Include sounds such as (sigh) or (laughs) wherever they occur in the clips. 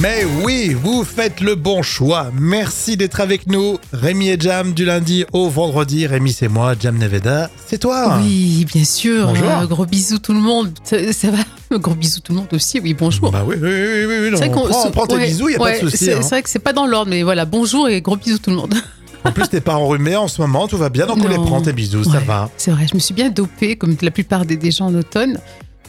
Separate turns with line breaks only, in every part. Mais oui, vous faites le bon choix. Merci d'être avec nous. Rémi et Jam du lundi au vendredi. Rémi, c'est moi. Jam Neveda, c'est toi.
Oui, bien sûr.
Ah. Bonjour.
Euh, gros bisous tout le monde. Ça, ça va (laughs) Gros bisous tout le monde aussi. Oui, bonjour.
Bah oui, oui, oui, oui, oui, non,
C'est vrai
on,
qu'on-
prend, on prend tes
ouais,
bisous, il a
ouais,
pas de souci.
C'est
hein.
c'est vrai que c'est pas dans l'ordre, mais voilà, bonjour et gros bisous tout le monde. (laughs)
En plus, t'es pas enrhumé en ce moment, tout va bien, donc on les
Non.
prend tes bisous, ça
Ouais.
va.
C'est vrai, je me suis bien dopée, comme la plupart des, des gens en automne.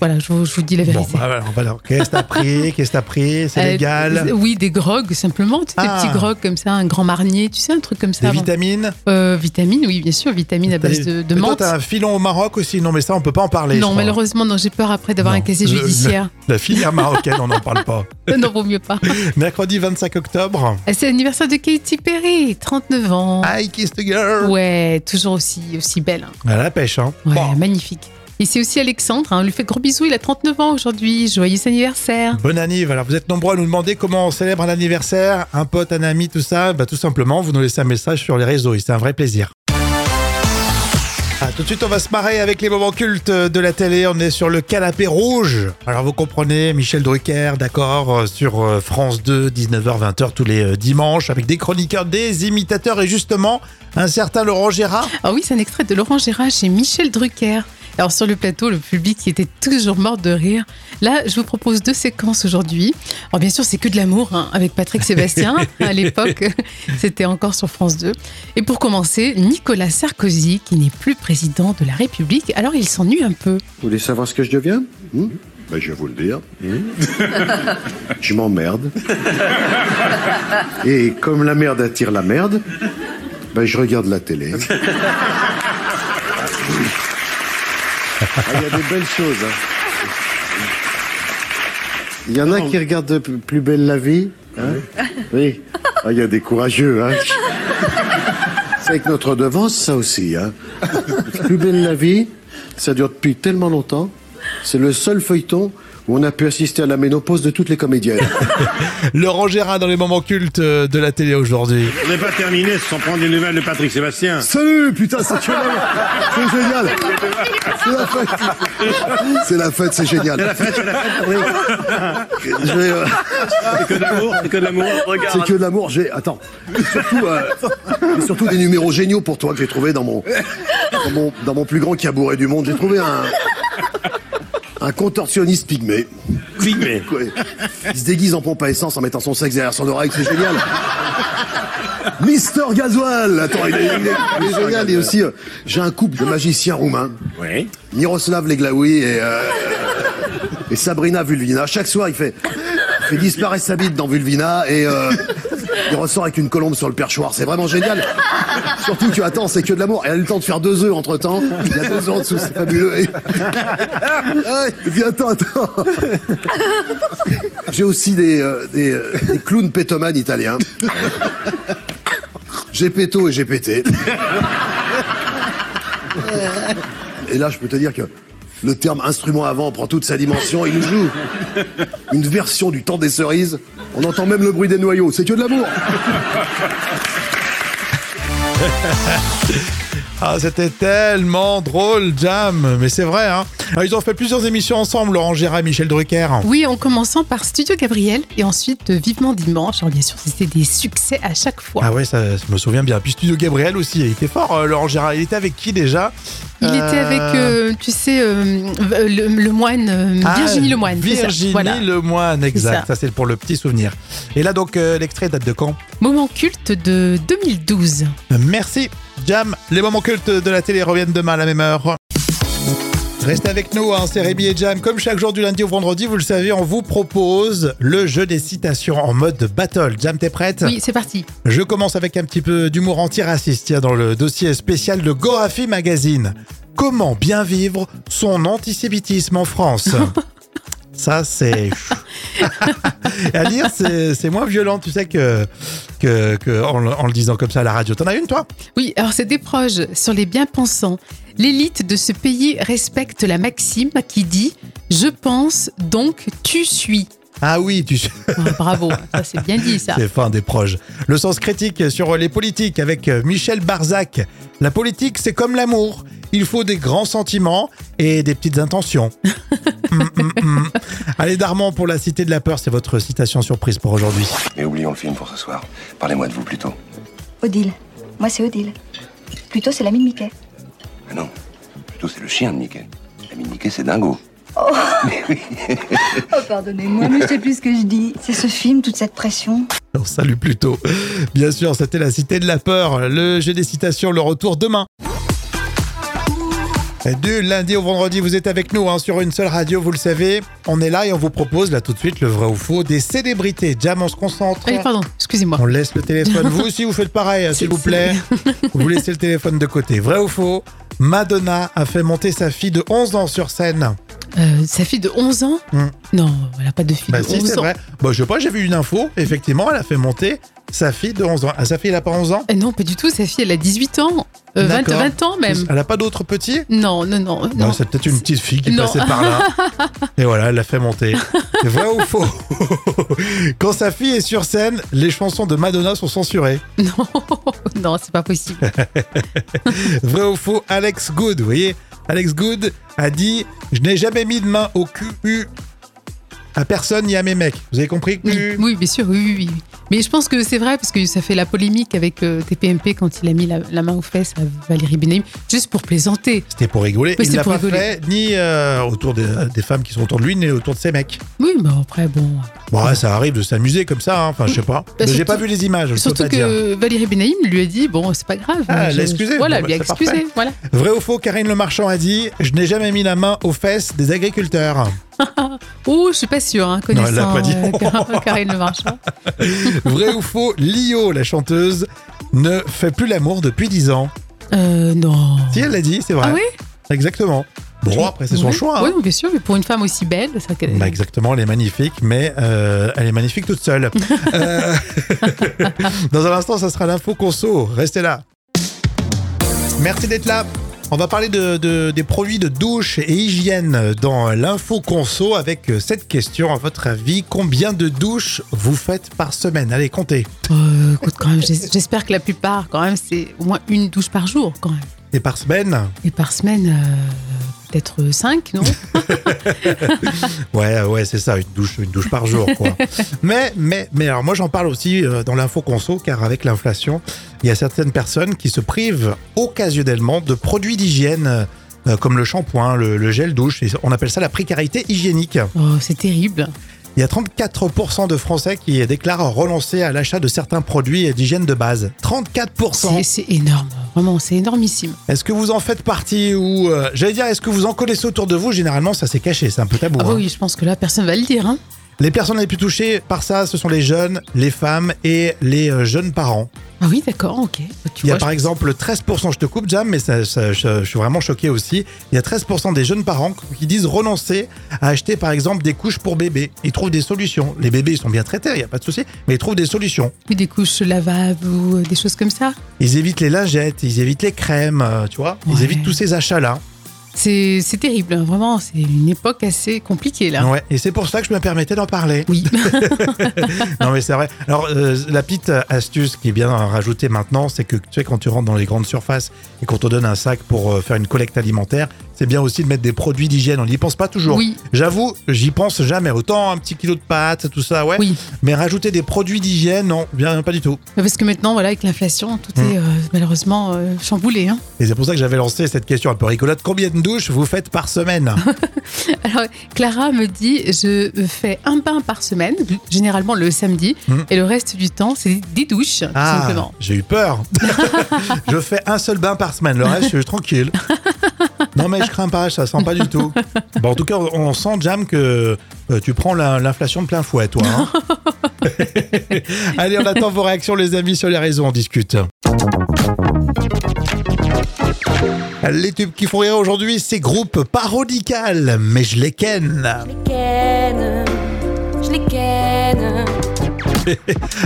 Voilà, je vous, je vous dis la
Bon,
vérité.
bah, voilà, on va leur- Qu'est-ce que t'as
(laughs)
pris Qu'est-ce que t'as pris C'est
Eh ben, Euh,
légal
Oui, des grogs simplement, tu sais,
Ah.
des petits grogs comme ça, un grand marnier, tu sais, un truc comme ça.
Des
avant.
vitamines
Euh, vitamines, oui, bien sûr, vitamines à base de, de
Mais Toi,
menthe.
t'as un filon au Maroc aussi Non, mais ça, on peut pas en parler. je
non,
crois.
malheureusement, non, j'ai peur après d'avoir
Non,
un
(laughs)
casier
le- le-
judiciaire.
La filière marocaine, on n'en parle pas.
non, vaut mieux pas. Euh,
Mercredi 25 octobre.
C'est l'anniversaire de Katy Perry, 39 ans.
I kissed the girl.
Ouais, toujours aussi, aussi belle. hein.
À la pêche, hein.
Ouais,
Bon.
magnifique. Et c'est aussi Alexandre, hein, on lui fait gros bisous, il a 39 ans aujourd'hui, joyeux anniversaire.
Bonne année. Alors, vous êtes nombreux à nous demander comment on célèbre un anniversaire, un pote, un ami, tout ça. Bah, tout simplement, vous nous laissez un message sur les réseaux et c'est un vrai plaisir. Ah, tout de suite, on va se marrer avec les moments cultes de la télé. On est sur le canapé rouge. Alors, vous comprenez, Michel Drucker, d'accord, euh, sur euh, France 2, 19h, 20h, tous les euh, dimanches, avec des chroniqueurs, des imitateurs et justement, un certain Laurent Gérard. (laughs)
Ah oui, c'est un extrait de Laurent Gérard chez Michel Drucker. Alors sur le plateau, le public était toujours mort de rire. Là, je vous propose deux séquences aujourd'hui. Alors bien sûr, c'est que de l'amour hein, avec Patrick Sébastien. à l'époque, c'était encore sur France 2. Et pour commencer, Nicolas Sarkozy, qui n'est plus président de la République, alors il s'ennuie un peu.
Vous voulez savoir ce que je deviens Hmm Ben, Je vais vous le dire. (laughs) je m'emmerde. Et comme la merde attire la merde, ben, je regarde la (laughs) télé. Ah, Il y a des belles choses. hein. Il y en a qui regardent P- Plus belle la vie. hein oui. Ah, Il y a des courageux. (laughs) Hein c'est avec notre devance, ça aussi. (laughs) Hein. Plus belle la vie, ça dure depuis tellement longtemps. C'est le seul feuilleton où on a pu assister à la ménopause de toutes les comédiennes.
Laurent Gérard dans les moments cultes euh, de la télé aujourd'hui.
On n'est pas terminé sans prendre des nouvelles de Patrick
(laughs)
Sébastien.
Salut, putain, c'est génial. C'est génial. C'est la fête. C'est la fête, c'est génial. euh, C'est la fête, c'est la fête.
C'est que de l'amour, c'est que de l'amour.
C'est que de l'amour, j'ai. Attends. Surtout, euh, mais surtout des numéros géniaux pour toi que j'ai trouvé dans mon, dans mon. dans mon plus grand cabouret du monde. J'ai trouvé un. Un contorsionniste pygmée.
Oui, mais
Quoi, Il se déguise en pompe à essence en mettant son sexe derrière son oreille, c'est génial. Mister Gasoil Attends, il est, il est- il est génial. Et aussi, euh, j'ai un couple de magiciens roumains.
Ouais.
Miroslav Leglaoui et, euh, et Sabrina Vulvina. Chaque soir, il fait, il fait disparaître sa bite dans Vulvina et euh, il ressort avec une colombe sur le perchoir. C'est vraiment génial. Surtout, tu attends, c'est que de l'amour. Elle a eu le temps de faire deux œufs entre temps. Il y a deux œufs en dessous, c'est fabuleux. Et... Ouais, il dit, attends, attends. J'ai aussi des, euh, des, euh, des clowns pétomanes italiens. J'ai péto et j'ai pété. Et là, je peux te dire que le terme instrument avant prend toute sa dimension. Il nous joue une version du temps des cerises. On entend même le bruit des noyaux. C'est que de l'amour.
Ah, c'était tellement drôle, Jam. Mais c'est vrai, hein. Ah, Ils ont fait plusieurs émissions ensemble, Laurent Gérard et Michel Drucker.
Oui, en commençant par Studio Gabriel et ensuite euh, Vivement Dimanche. Alors bien sûr, c'était des succès à chaque fois.
Ah ouais, ça, je me souviens bien. Puis Studio Gabriel aussi, il était fort, euh, Laurent Gérard. Il était avec qui déjà
Il
Euh,
était avec, euh, tu sais, euh, euh, le, le moine, euh,
ah,
Virginie Lemoine. c'est ça,
Virginie
voilà.
Lemoine, exact.
ça.
Ça, c'est pour le petit souvenir. Et là, donc, euh, l'extrait date de quand
Moment culte de 2012.
Merci, Jam. Les moments cultes de la télé reviennent demain à la même heure. Restez avec nous, hein, c'est Rémi et Jam. Comme chaque jour du lundi au vendredi, vous le savez, on vous propose le jeu des citations en mode battle. Jam, t'es prête
Oui, c'est parti.
Je commence avec un petit peu d'humour antiraciste tiens, dans le dossier spécial de Gorafi Magazine. Comment bien vivre son antisémitisme en France Ça, c'est. à lire, c'est c'est moins violent, tu sais, que, que, que en, le- en le disant comme ça à la radio. T'en as une, toi
Oui, alors c'est des proches sur les bien-pensants. L'élite de ce pays respecte la maxime qui dit « Je pense, donc tu suis (laughs)
Ah oui, tu sais,
Ah, Bravo, ça c'est bien dit ça.
c'est fin des proches. Le sens critique sur les politiques avec euh, Michel Barzac. La politique, c'est comme l'amour. Il faut des grands sentiments et des petites intentions. Mm, Allez, Darman, pour la Cité de la Peur, c'est votre citation surprise pour aujourd'hui.
Et oublions le film pour ce soir. Parlez-moi de vous plutôt.
Odile. Moi, c'est Odile. Plutôt, c'est l'ami de Mickey.
Ah non, plutôt c'est le chien de Mickey. L'ami de Mickey, c'est Dingo. Mais oui.
Oh, pardonnez-moi, mais je sais plus ce que je dis. C'est ce film, toute cette pression.
(laughs) On salue plutôt. Bien sûr, c'était la Cité de la Peur. Le jeu des citations, le retour demain. Du lundi au vendredi, vous êtes avec nous hein, sur une seule radio, vous le savez. On est là et on vous propose là tout de suite le vrai ou faux des célébrités. Jam, on se concentre.
Allez, pardon, excusez-moi.
On laisse le téléphone. Vous aussi, vous faites
(laughs)
pareil, hein, s'il vous plaît. Vous laissez le téléphone de côté. Vrai ou faux Madonna a fait monter sa fille de 11 ans sur scène.
Euh, sa fille de 11 ans
Hmm.
Non, elle n'a pas de fille
Bah
de
si,
11
c'est
ans.
vrai. Bah, je sais pas, j'ai vu une info. Effectivement, elle a fait monter sa fille de 11 ans. Ah, sa fille, elle a pas 11 ans
Eh Non, pas du tout, sa fille, elle a 18 ans. Euh, 20,
D'accord.
20 ans même.
Elle a pas d'autres petits
Non, non, non. non.
Non, c'est peut-être une petite fille qui
Non.
passait par là. Et voilà, elle l'a fait
(laughs)
monter. C'est vrai ou faux (laughs) Quand sa fille est sur scène, les chansons de Madonna sont censurées.
(laughs) Non, non, c'est pas possible.
Vrai ou faux Alex Good, vous voyez Alex Good a dit Je n'ai jamais mis de main au QU à personne ni à mes mecs. Vous avez compris
Oui,
que
oui, bien sûr, oui, oui, oui. Mais je pense que c'est vrai parce que ça fait la polémique avec euh, TPMP quand il a mis la, la main aux fesses à Valérie Benaim, juste pour plaisanter.
C'était pour rigoler.
Oui,
Il
c'est
l'a
pour
pas
rigoler.
fait ni euh, autour des, des femmes qui sont autour de lui, ni autour de ses mecs.
Oui, mais après, bon.
Bon, ouais, ça arrive de s'amuser comme ça, hein. enfin, je sais pas. Mais J'ai
Bah, surtout-
pas vu les images, je peux
Surtout
pas
que
dire.
Valérie Benaim lui a dit bon, c'est pas grave.
Ah, elle
je-
l'a excusé.
Voilà,
Bon, bah,
elle lui a
c'est
excusé.
parfait.
Voilà.
Vrai ou faux, Karine Le Marchand a dit Je n'ai jamais mis la main aux fesses des agriculteurs.
Oh, je suis pas sûre, hein,
elle l'a
connaissant
pas dit.
euh,
(laughs)
Car- Karine Le Marchand.
Vrai ou faux, Lio, la chanteuse, ne fait plus l'amour depuis 10 ans.
Euh, non.
Si elle l'a dit, c'est vrai.
Ah oui
Exactement. Bon, après, c'est son
Oui,
choix. hein.
Oui, bien sûr, mais pour une femme aussi belle, ça. qu'elle-
Bah, exactement, elle est magnifique, mais euh, elle est magnifique toute seule. Euh, (laughs) Dans un instant, ça sera l'info conso. Restez là. Merci d'être là. On va parler de, de- des produits de douche et hygiène dans l'info conso avec cette question. À votre avis, combien de douches vous faites par semaine Allez, comptez.
Euh, écoute, quand même, j'es- j'espère que la plupart, quand même, c'est au moins une douche par jour, quand même.
Et par semaine
Et par semaine, euh, peut-être cinq,
(laughs)
non
Ouais, ouais, c'est ça, une douche, une douche par jour, quoi. mais, mais, mais, alors moi j'en parle aussi euh, dans l'info conso, car avec l'inflation, il y a certaines personnes qui se privent occasionnellement de produits d'hygiène, euh, comme le shampoing, le, le gel douche, et on appelle ça la précarité hygiénique.
Oh, c'est terrible.
Il y a 34% de Français qui déclarent relancer à l'achat de certains produits d'hygiène de base. 34%
C'est c'est énorme, vraiment, c'est énormissime.
Est-ce que vous en faites partie ou, euh, j'allais dire, est-ce que vous en connaissez autour de vous Généralement, ça c'est caché, c'est un peu tabou.
Ah bah
hein.
oui, je pense que là, personne va le dire. Hein.
Les personnes les plus touchées par ça, ce sont les jeunes, les femmes et les euh, jeunes parents.
Ah oui, d'accord, ok. Bah, Tu
Il y a
vois,
par exemple 13%, je te coupe Jam, mais ça- ça- je, je suis vraiment choqué aussi, il y a 13% des jeunes parents qui disent renoncer à acheter par exemple des couches pour bébés. Ils trouvent des solutions. Les bébés, ils sont bien traités, il n'y a pas de souci, mais ils trouvent des solutions.
je- des couches lavables ou euh, des choses comme ça.
Ils évitent les lingettes, ils évitent les crèmes, euh, tu vois, ils
Ouais.
évitent tous ces achats-là.
C'est c'est terrible, hein, vraiment, c'est une époque assez compliquée, là.
Ouais, et c'est pour ça que je me permettais d'en parler.
Oui,
(laughs)
(laughs)
Non mais c'est vrai. Alors euh, la petite astuce qui est bien rajoutée maintenant, c'est que tu sais quand tu rentres dans les grandes surfaces et qu'on te donne un sac pour euh, faire une collecte alimentaire, c'est bien aussi de mettre des produits d'hygiène. On n'y pense pas toujours.
oui,
J'avoue, j'y pense jamais. Autant un petit kilo de pâtes, tout ça, ouais.
oui.
Mais rajouter des produits d'hygiène, non, bien pas du tout.
Mais Parce que maintenant, voilà, avec l'inflation, tout
Mm.
est euh, malheureusement euh, chamboulé. Hein.
Et c'est pour ça que j'avais lancé cette question un peu rigolote. Combien de douches vous faites par semaine
Alors, Clara me dit je fais un bain par semaine, généralement le samedi,
Mhm.
et le reste du temps, c'est des douches, tout
Ah.
simplement.
j'ai eu
(laughs)
peur. je fais un seul bain par semaine, le reste, je suis tranquille. Non, mais je crains pas, ça sent pas du tout. Bon, en tout cas, on sent, Jam, que euh, tu prends la- l'inflation de plein fouet, toi. hein.
(laughs)
Allez, on attend vos réactions, les amis, sur les réseaux, on discute. Les tubes qui font rire aujourd'hui, c'est groupe parodical, mais je les ken.
les ken, je les ken.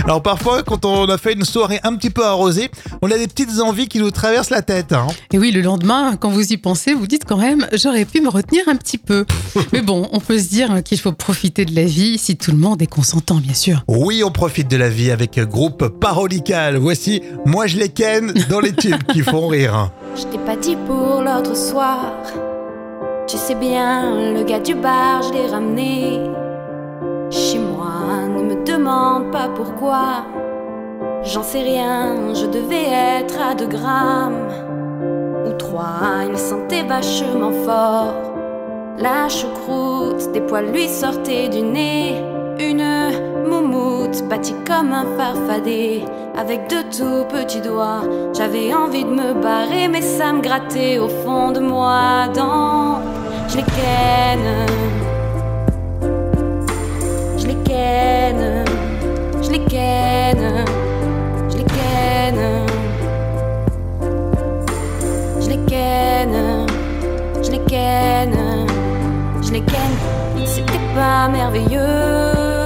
Alors parfois, quand on a fait une soirée un petit peu arrosée, on a des petites envies qui nous traversent la tête. hein.
Et oui, le lendemain, quand vous y pensez, vous dites quand même j'aurais pu me retenir un petit peu. Mais bon, on peut se dire qu'il faut profiter de la vie si tout le monde est consentant, bien sûr.
Oui, on profite de la vie avec groupe Parolical. Voici Moi je les ken dans les tubes qui font rire.
Je t'ai pas dit pour l'autre soir. Tu sais bien, le gars du bar, je l'ai ramené chez moi. Ne me demande pas pourquoi. J'en sais rien, je devais être à 2 grammes ou 3. Il me sentait vachement fort. La choucroute, des poils lui sortaient du nez. Une moumoute bâtie comme un farfadet, avec deux tout petits doigts. J'avais envie de me barrer, mais ça me grattait au fond de moi. Dans, je les ken, je les ken, je les ken, je les ken, je les ken, je les ken, je les ken. C'était pas merveilleux.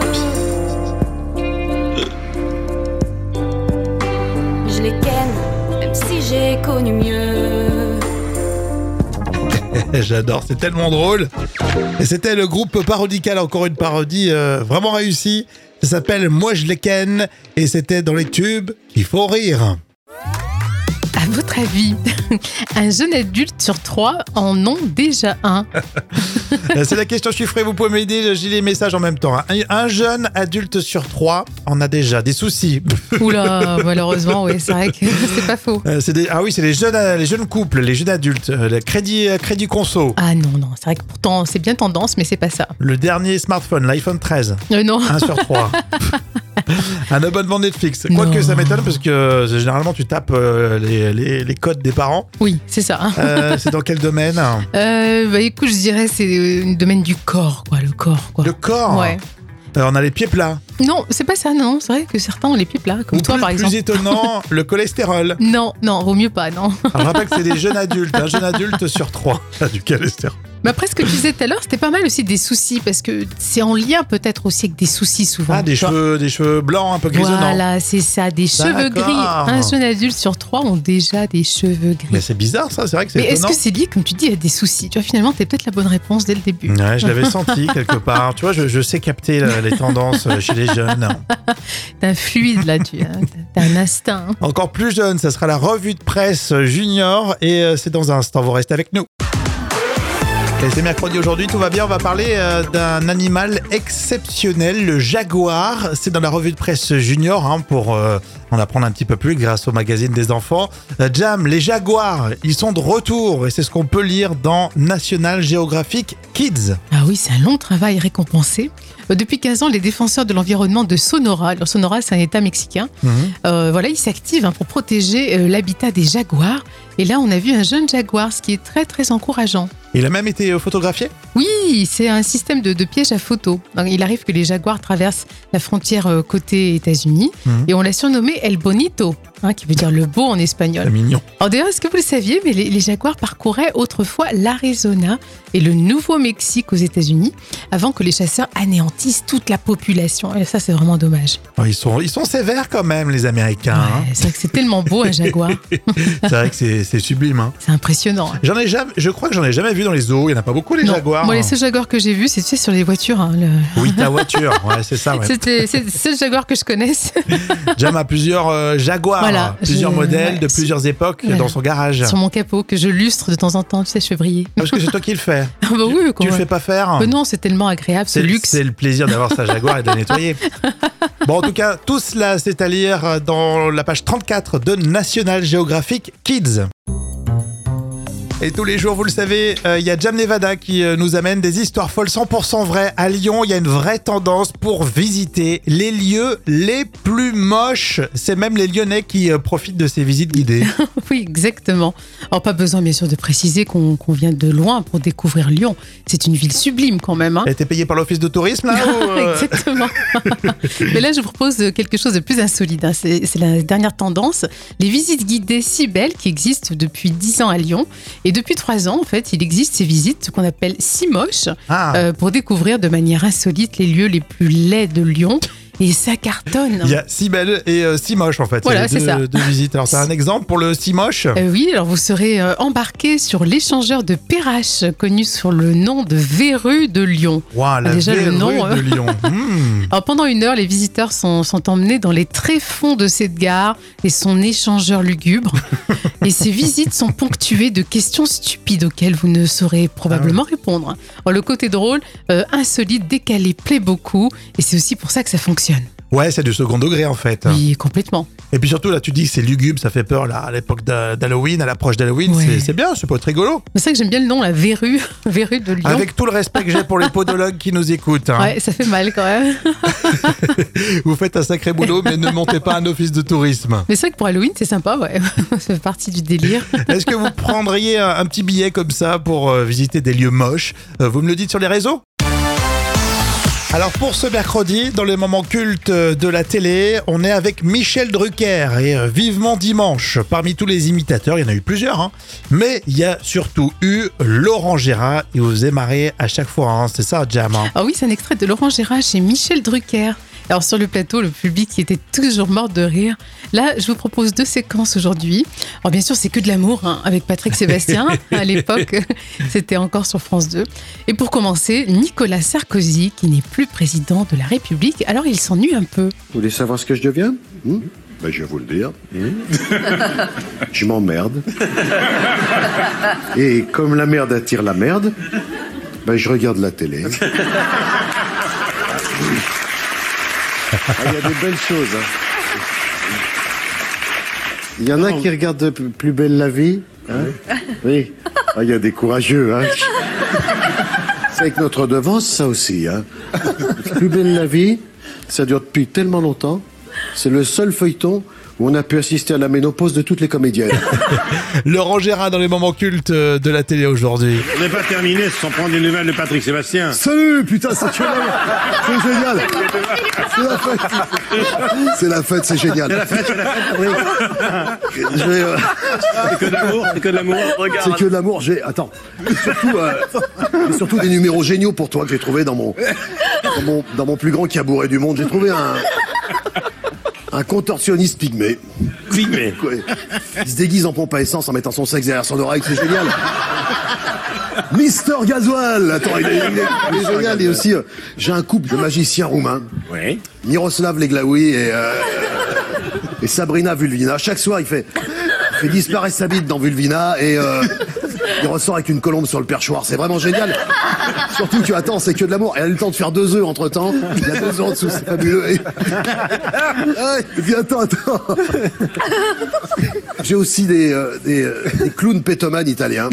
Je les ken, même si j'ai connu mieux.
(laughs) J'adore, c'est tellement drôle. Et c'était le groupe Parodical, encore une parodie euh, vraiment réussie. Ça s'appelle Moi je les ken et c'était dans les tubes Il faut rire.
À votre avis, (laughs) un jeune adulte sur trois en ont déjà un.
Euh, c'est la question chiffrée, vous pouvez m'aider, j'ai les messages en même temps. hein. Un, un jeune adulte sur trois en a déjà des soucis.
Oula, malheureusement, oui, c'est vrai que (laughs) c'est pas faux.
Euh, c'est des- ah oui, c'est les jeunes, euh, les jeunes couples, les jeunes adultes, euh, le crédit, euh, crédit conso.
Ah non, non, c'est vrai que pourtant, c'est bien tendance, mais c'est pas ça.
Le dernier smartphone, l'iPhone 13,
Euh, non,
1 sur 3. (laughs) Un abonnement Netflix. Quoique
Non.
ça m'étonne parce que euh, généralement tu tapes euh, les, les- les codes des parents.
oui, c'est ça. hein.
Euh,
(laughs)
c'est dans quel domaine hein
Euh, bah écoute, je dirais c'est euh, le domaine du corps, quoi, le corps, quoi.
Le corps.
Ouais.
Euh, on a les pieds plats.
Non, c'est pas ça, non. C'est vrai que certains ont les pieds plats, comme
Ou
toi
plus,
par
plus
exemple. (laughs)
étonnant, le cholestérol.
Non, non, vaut mieux pas, non. (laughs)
Alors, je rappelle que c'est des jeunes adultes. Un jeune adulte sur trois (laughs) a du cholestérol.
Mais après, ce que tu disais tout à l'heure, c'était pas mal aussi des soucis, parce que c'est en lien peut-être aussi avec des soucis souvent.
Ah, des
tu vois.
cheveux, des cheveux blancs un peu grisonnants.
Voilà, c'est ça, des cheveux
D'accord.
gris. Un jeune adulte sur trois ont déjà des cheveux gris.
Mais c'est bizarre ça, c'est vrai que c'est
Mais est-ce
étonnant.
que c'est lié, comme tu dis, à des soucis Tu vois, finalement, t'es peut-être la bonne réponse dès le début.
Ouais, je l'avais senti quelque part. Tu vois, je, je sais capter euh, les tendances euh, chez les jeunes.
T'as un fluide là, tu hein, t'as un instinct. hein.
Encore plus jeune, ça sera la revue de presse junior et euh, c'est dans un instant. Vous restez avec nous. Et c'est mercredi aujourd'hui, tout va bien. On va parler euh, d'un animal exceptionnel, le jaguar. C'est dans la revue de presse junior hein, pour euh, en apprendre un petit peu plus grâce au magazine des enfants. Euh, Jam, les jaguars, ils sont de retour et c'est ce qu'on peut lire dans National Geographic Kids.
Ah oui, c'est un long travail récompensé. Euh, Depuis 15 ans, les défenseurs de l'environnement de Sonora, alors Sonora c'est un État mexicain, euh, voilà, ils s'activent hein, pour protéger euh, l'habitat des jaguars. Et là, on a vu un jeune jaguar, ce qui est très très encourageant.
Il a même été euh, photographié.
Oui, c'est un système de, de piège à photo. Donc, il arrive que les jaguars traversent la frontière euh, côté États-Unis
Mhm.
et on l'a surnommé El Bonito, hein, qui veut dire le beau en espagnol.
C'est mignon.
Alors d'ailleurs, est-ce que vous le saviez, mais les, les jaguars parcouraient autrefois l'Arizona et le Nouveau-Mexique aux États-Unis avant que les chasseurs anéantissent toute la population. Et ça, c'est vraiment dommage.
Oh, Ils sont, ils sont sévères quand même, les Américains. hein.
Ouais, c'est vrai que c'est tellement beau
(laughs)
un jaguar,
C'est vrai que c'est c'est sublime. hein.
c'est impressionnant. hein.
J'en ai jamais, je crois que j'en ai jamais vu dans les zoos. Il n'y en a pas beaucoup les
Non,
jaguars.
Moi, les
hein.
seuls jaguars que j'ai vus, c'est tu sais, sur les voitures. hein, le-
Oui, ta voiture. Ouais, c'est
(laughs)
ça. ouais.
C'était c'est le seul jaguar que
(laughs)
je connaisse.
Jam a plusieurs euh, jaguars,
Voilà,
plusieurs
je-
modèles
ouais,
de
c'est-
plusieurs époques
voilà.
dans son garage.
sur mon capot que je lustre de temps en temps, tu sais, je fais briller.
Parce que c'est toi qui le fais.
Ah (laughs) bah oui, quoi.
Euh, tu le fais pas faire.
Bah non, c'est tellement agréable, ce
C'est
luxe.
c'est le plaisir d'avoir sa Jaguar et de la
(laughs)
nettoyer. Bon, en tout cas, tout cela, c'est à lire dans la page 34 de National Geographic Kids. Et tous les jours, vous le savez, euh, il y a Jam Nevada qui euh, nous amène des histoires folles 100% vraies. À Lyon, il y a une vraie tendance pour visiter les lieux les plus moches. C'est même les Lyonnais qui euh, profitent de ces visites
(laughs)
guidées.
Oui, exactement. Alors, pas besoin, bien sûr, de préciser qu'on qu'on vient de loin pour découvrir Lyon. C'est une ville sublime, quand même. hein. (laughs)
Elle était payée par l'office de tourisme, là ou, euh,
Exactement. Mais là, je vous propose quelque chose de plus insolite. hein. C'est c'est la dernière tendance. Les visites guidées si belles qui existent depuis 10 ans à Lyon. Et depuis 3 ans, en fait, il existe ces visites qu'on appelle si moches
Ah,
euh, pour découvrir de manière insolite les lieux les plus laids de Lyon. Et ça cartonne. hein.
Il y a si belle et euh, si moche en fait.
Voilà,
Il y a
c'est ça.
deux, deux visites. Alors
(laughs)
t'as un exemple pour le si moche
Euh, oui, alors vous serez euh, embarqué sur l'échangeur de Perrache, connu sous le nom de Verru de Lyon.
Ouah, la
Ah, déjà, le
belle
nom, hein.
rue de
(laughs)
Lyon. Hmm.
Alors pendant une heure, les visiteurs sont, sont emmenés dans les tréfonds de cette gare et son échangeur lugubre. et ces visites sont ponctuées de questions stupides auxquelles vous ne saurez probablement
Ah.
répondre. Alors, le côté drôle, euh, insolite, décalé, plaît beaucoup et c'est aussi pour ça que ça fonctionne.
Ouais, c'est du second degré en fait.
Oui, complètement.
Et puis surtout là, tu dis que c'est lugubre, ça fait peur là à l'époque d'Ha- d'Halloween, à l'approche d'Halloween,
Ouais.
c'est- c'est bien, c'est pas très rigolo.
C'est ça que j'aime bien le nom, la (laughs) Verru, Verru de Lyon.
Avec tout le respect que j'ai pour les podologues qui nous écoutent, hein.
Ouais, ça fait mal quand même.
vous faites un sacré boulot, mais ne montez pas un office de tourisme.
Mais c'est vrai que pour Halloween, c'est sympa, ouais. (laughs) ça fait partie du délire.
Est-ce que vous prendriez un, un petit billet comme ça pour euh, visiter des lieux moches Euh, Vous me le dites sur les réseaux alors pour ce mercredi, dans les moments cultes euh, de la télé, on est avec Michel Drucker et euh, vivement dimanche. Parmi tous les imitateurs, il y en a eu plusieurs, hein, mais il y a surtout eu Laurent Gérard et osait marrer à chaque fois. hein, C'est ça, Jam. hein.
Ah oui, c'est un extrait de Laurent Gérard chez Michel Drucker. Alors sur le plateau, le public était toujours mort de rire. Là, je vous propose deux séquences aujourd'hui. Alors bien sûr, c'est que de l'amour hein, avec Patrick Sébastien. à l'époque, c'était encore sur France 2. Et pour commencer, Nicolas Sarkozy, qui n'est plus président de la République, alors il s'ennuie un peu.
Vous voulez savoir ce que je deviens Hmm Ben, je vais vous le dire. (laughs) je m'emmerde. Et comme la merde attire la merde, ben, je regarde la (laughs) télé. Ah, Ah, Il y a des belles choses. hein. Il y en a qui regardent P- Plus belle la vie. hein oui. Ah, Il y a des courageux. (laughs) Hein c'est avec notre devance, ça aussi. Hein. (laughs) Plus belle la vie, ça dure depuis tellement longtemps. C'est le seul feuilleton où on a pu assister à la ménopause de toutes les comédiennes.
Laurent Gérard dans les moments cultes euh, de la télé aujourd'hui.
On n'est pas terminé sans prendre des nouvelles de Patrick
(laughs)
Sébastien.
Salut, putain, (laughs) c'est génial. C'est génial. C'est la fête. C'est la fête, c'est génial. Oui. Je vais, euh,
C'est que de l'amour, c'est que de l'amour.
C'est que de l'amour. J'ai attends. Et Surtout, euh, et surtout des numéros géniaux pour toi que j'ai trouvé dans mon dans mon, dans mon plus grand cabouré du monde. J'ai trouvé un un contorsionniste pygmée.
Oui, mais.
Quoi, Il se déguise en pompe à essence en mettant son sexe derrière son oreille, c'est génial. Mister Gasoil Attends, il est, il est- il est génial. Et aussi, euh, j'ai un couple de magiciens roumains.
Oui.
Miroslav Leglaoui et, euh, et Sabrina Vulvina. Chaque soir, il fait, il fait disparaître sa bite dans Vulvina et euh, il ressort avec une colombe sur le perchoir. C'est vraiment génial. Surtout, tu attends, c'est que de l'amour. Elle a eu le temps de faire deux œufs entre temps. Il y a deux œufs en dessous, c'est fabuleux. Et... Ouais, et puis attends, attends. J'ai aussi des, euh, des, euh, des clowns pétomanes italiens.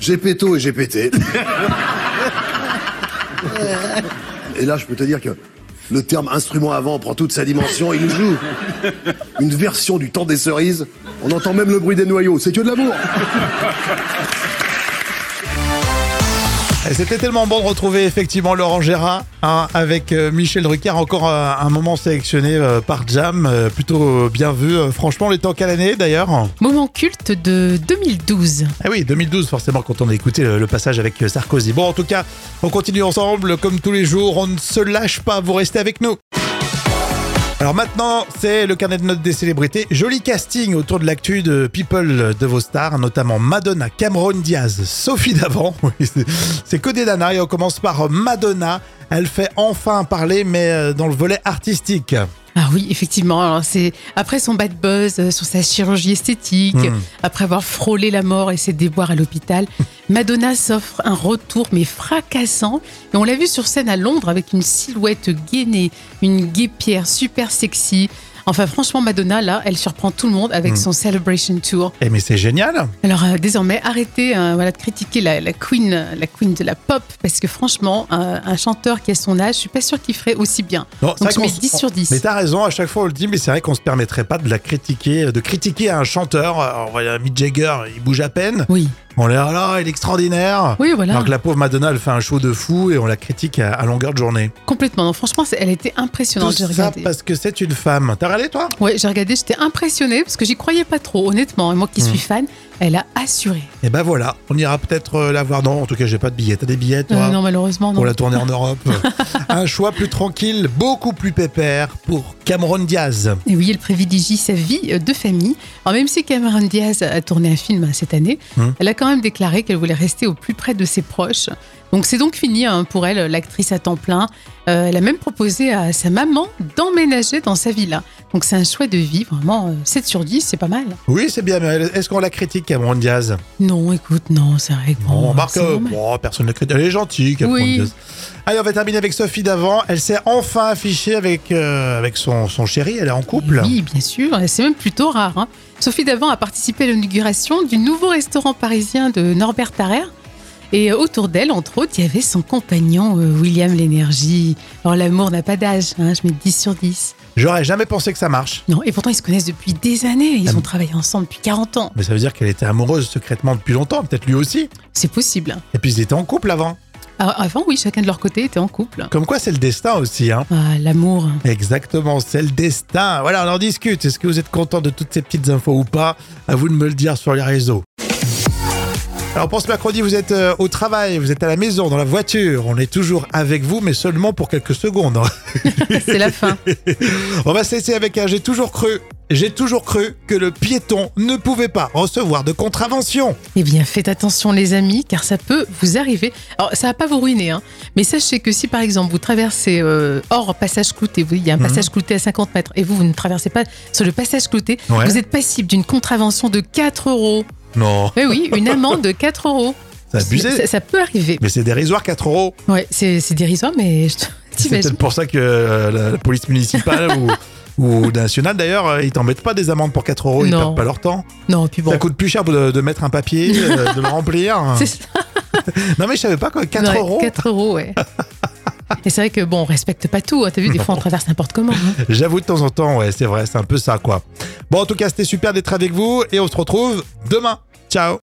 J'ai péto et j'ai pété. Et là, je peux te dire que le terme instrument avant prend toute sa dimension. Il nous joue une version du temps des cerises. On entend même le bruit des noyaux. C'est que de l'amour.
Et C'était tellement bon de retrouver effectivement Laurent Gérard hein, avec euh, Michel Drucker, encore euh, un moment sélectionné euh, par Jam, euh, plutôt euh, bien vu. Euh, franchement, les temps qu'à l'année d'ailleurs.
Moment culte de 2012.
Ah oui, 2012 forcément quand on a écouté le, le passage avec euh, Sarkozy. Bon, en tout cas, on continue ensemble comme tous les jours. On ne se lâche pas, vous restez avec nous. Alors maintenant, c'est le carnet de notes des célébrités. Joli casting autour de l'actu de People de vos stars, notamment Madonna, Cameron Diaz, Sophie Davant. (laughs) Oui, c'est- c'est que des nanas et on commence par Madonna. Elle fait enfin parler, mais euh, dans le volet artistique.
Ah oui, effectivement. Alors c'est après son bad buzz euh, sur sa chirurgie esthétique,
Hmm.
après avoir frôlé la mort et ses déboires
(laughs)
à l'hôpital, Madonna s'offre un retour mais fracassant. Et on l'a vu sur scène à Londres avec une silhouette gainée, une guépière super sexy. Enfin franchement, Madonna là, elle surprend tout le monde
Hmm.
avec son Celebration Tour.
Eh mais c'est génial
Alors euh, désormais, arrêtez euh, voilà, de critiquer la, la queen, euh, la queen de la pop, parce que franchement, un- un chanteur qui a son âge, je suis pas sûre qu'il ferait aussi bien.
Non, c'est vrai
Donc je mets
qu'on se-
10 sur 10.
Mais t'as raison, à chaque fois on le dit, mais c'est vrai qu'on se permettrait pas de la critiquer, de critiquer un chanteur. Alors, voilà, Mick Jagger, il bouge à peine.
Oui,
On l'a là, il est extraordinaire.
oui, voilà.
Alors que la pauvre Madonna, elle fait un show de fou et on la critique à, à longueur de journée.
Complètement. Non, franchement, c'est- elle était impressionnante.
Tout
J'ai
ça
regardé.
parce que c'est une femme. T'as regardé toi Hmm.
Ouais, j'ai regardé. J'étais impressionnée parce que j'y croyais pas trop, honnêtement. Et moi qui suis fan, Elle a assuré. Euh,
Et ben voilà, on ira peut-être euh, la voir. Non, en tout cas, j'ai pas de billets. T'as des billets, toi
Euh, non, malheureusement, non.
pour la tournée en Europe.
(laughs)
Un choix plus tranquille, beaucoup plus pépère pour Cameron Diaz.
Et oui, elle privilégie sa vie euh, de famille. Alors, même si Cameron Diaz a tourné un film hein, cette année,
Hmm.
elle a quand même déclaré qu'elle voulait rester au plus près de ses proches. Donc c'est donc fini hein, pour elle, l'actrice à temps plein. Euh, elle a même proposé à sa maman d'emménager dans sa villa. Donc c'est un choix de vie, vraiment euh, 7 sur 10, c'est pas mal.
Oui, c'est bien, mais elle- est-ce qu'on la critique, Cameron Diaz
Non, écoute, non, c'est vrai. que
On
bon,
remarque,
c'est
euh,
normal.
bon, personne ne la critique. Elle est gentille, Cameron
Oui.
Diaz. Allez, on va terminer avec Sophie d'avant. Elle s'est enfin affichée avec, euh, avec son, son chéri. Elle est en couple.
Oui, bien sûr, et c'est même plutôt rare. hein. Sophie Davant a participé à l'inauguration du nouveau restaurant parisien de Norbert Tarrer. Et euh, autour d'elle, entre autres, il y avait son compagnon euh, William L'Énergie. Alors l'amour n'a pas d'âge, hein, je mets 10 sur 10.
J'aurais jamais pensé que ça marche.
Non, et pourtant ils se connaissent depuis des années, ils
Ah bon
ont travaillé ensemble depuis 40 ans.
Mais ça veut dire qu'elle était amoureuse secrètement depuis longtemps, peut-être lui aussi.
C'est possible.
Et puis ils étaient en couple avant.
Alors, avant, oui, chacun de leur côté était en couple.
Comme quoi, c'est le destin aussi, hein.
Ah, l'amour.
Exactement, c'est le destin. Voilà, on en discute. Est-ce que vous êtes content de toutes ces petites infos ou pas À vous de me le dire sur les réseaux. Alors pour ce mercredi, vous êtes euh, au travail, vous êtes à la maison, dans la voiture. On est toujours avec vous, mais seulement pour quelques secondes. (laughs)
C'est la fin.
On va se laisser avec un j'ai toujours cru. J'ai toujours cru que le piéton ne pouvait pas recevoir de contravention.
Eh bien, faites attention les amis, car ça peut vous arriver. Alors, ça va pas vous ruiner, hein, mais sachez que si par exemple vous traversez euh, hors passage clouté, vous- il y a un
Mhm.
passage clouté à 50 mètres, et vous, vous ne traversez pas sur le passage clouté,
Ouais.
vous êtes passible d'une contravention de 4 euros.
Non,
Mais oui, une amende de 4 euros.
(laughs) c'est abusé.
Ça, ça peut arriver.
Mais c'est dérisoire, 4 euros.
Ouais, c'est c'est dérisoire, mais je
(laughs) C'est
t'imagine.
peut-être pour ça que euh, la, la police (laughs) municipale ou, ou nationale, d'ailleurs, euh, ils t'embêtent pas des amendes pour 4 euros, ils
Non.
perdent pas leur temps.
Non, puis bon.
Ça coûte plus cher de, de mettre un papier, euh, de le remplir.
(laughs) C'est ça.
Non mais je savais pas quoi, 4
Ouais,
euros
4
(laughs)
euros, ouais. Et c'est vrai que bon, on respecte pas tout. hein. T'as vu,
(laughs)
des fois on traverse n'importe comment. hein.
J'avoue de temps en temps, ouais, c'est vrai, c'est un peu ça quoi. Bon en tout cas, c'était super d'être avec vous et on se retrouve demain. Ciao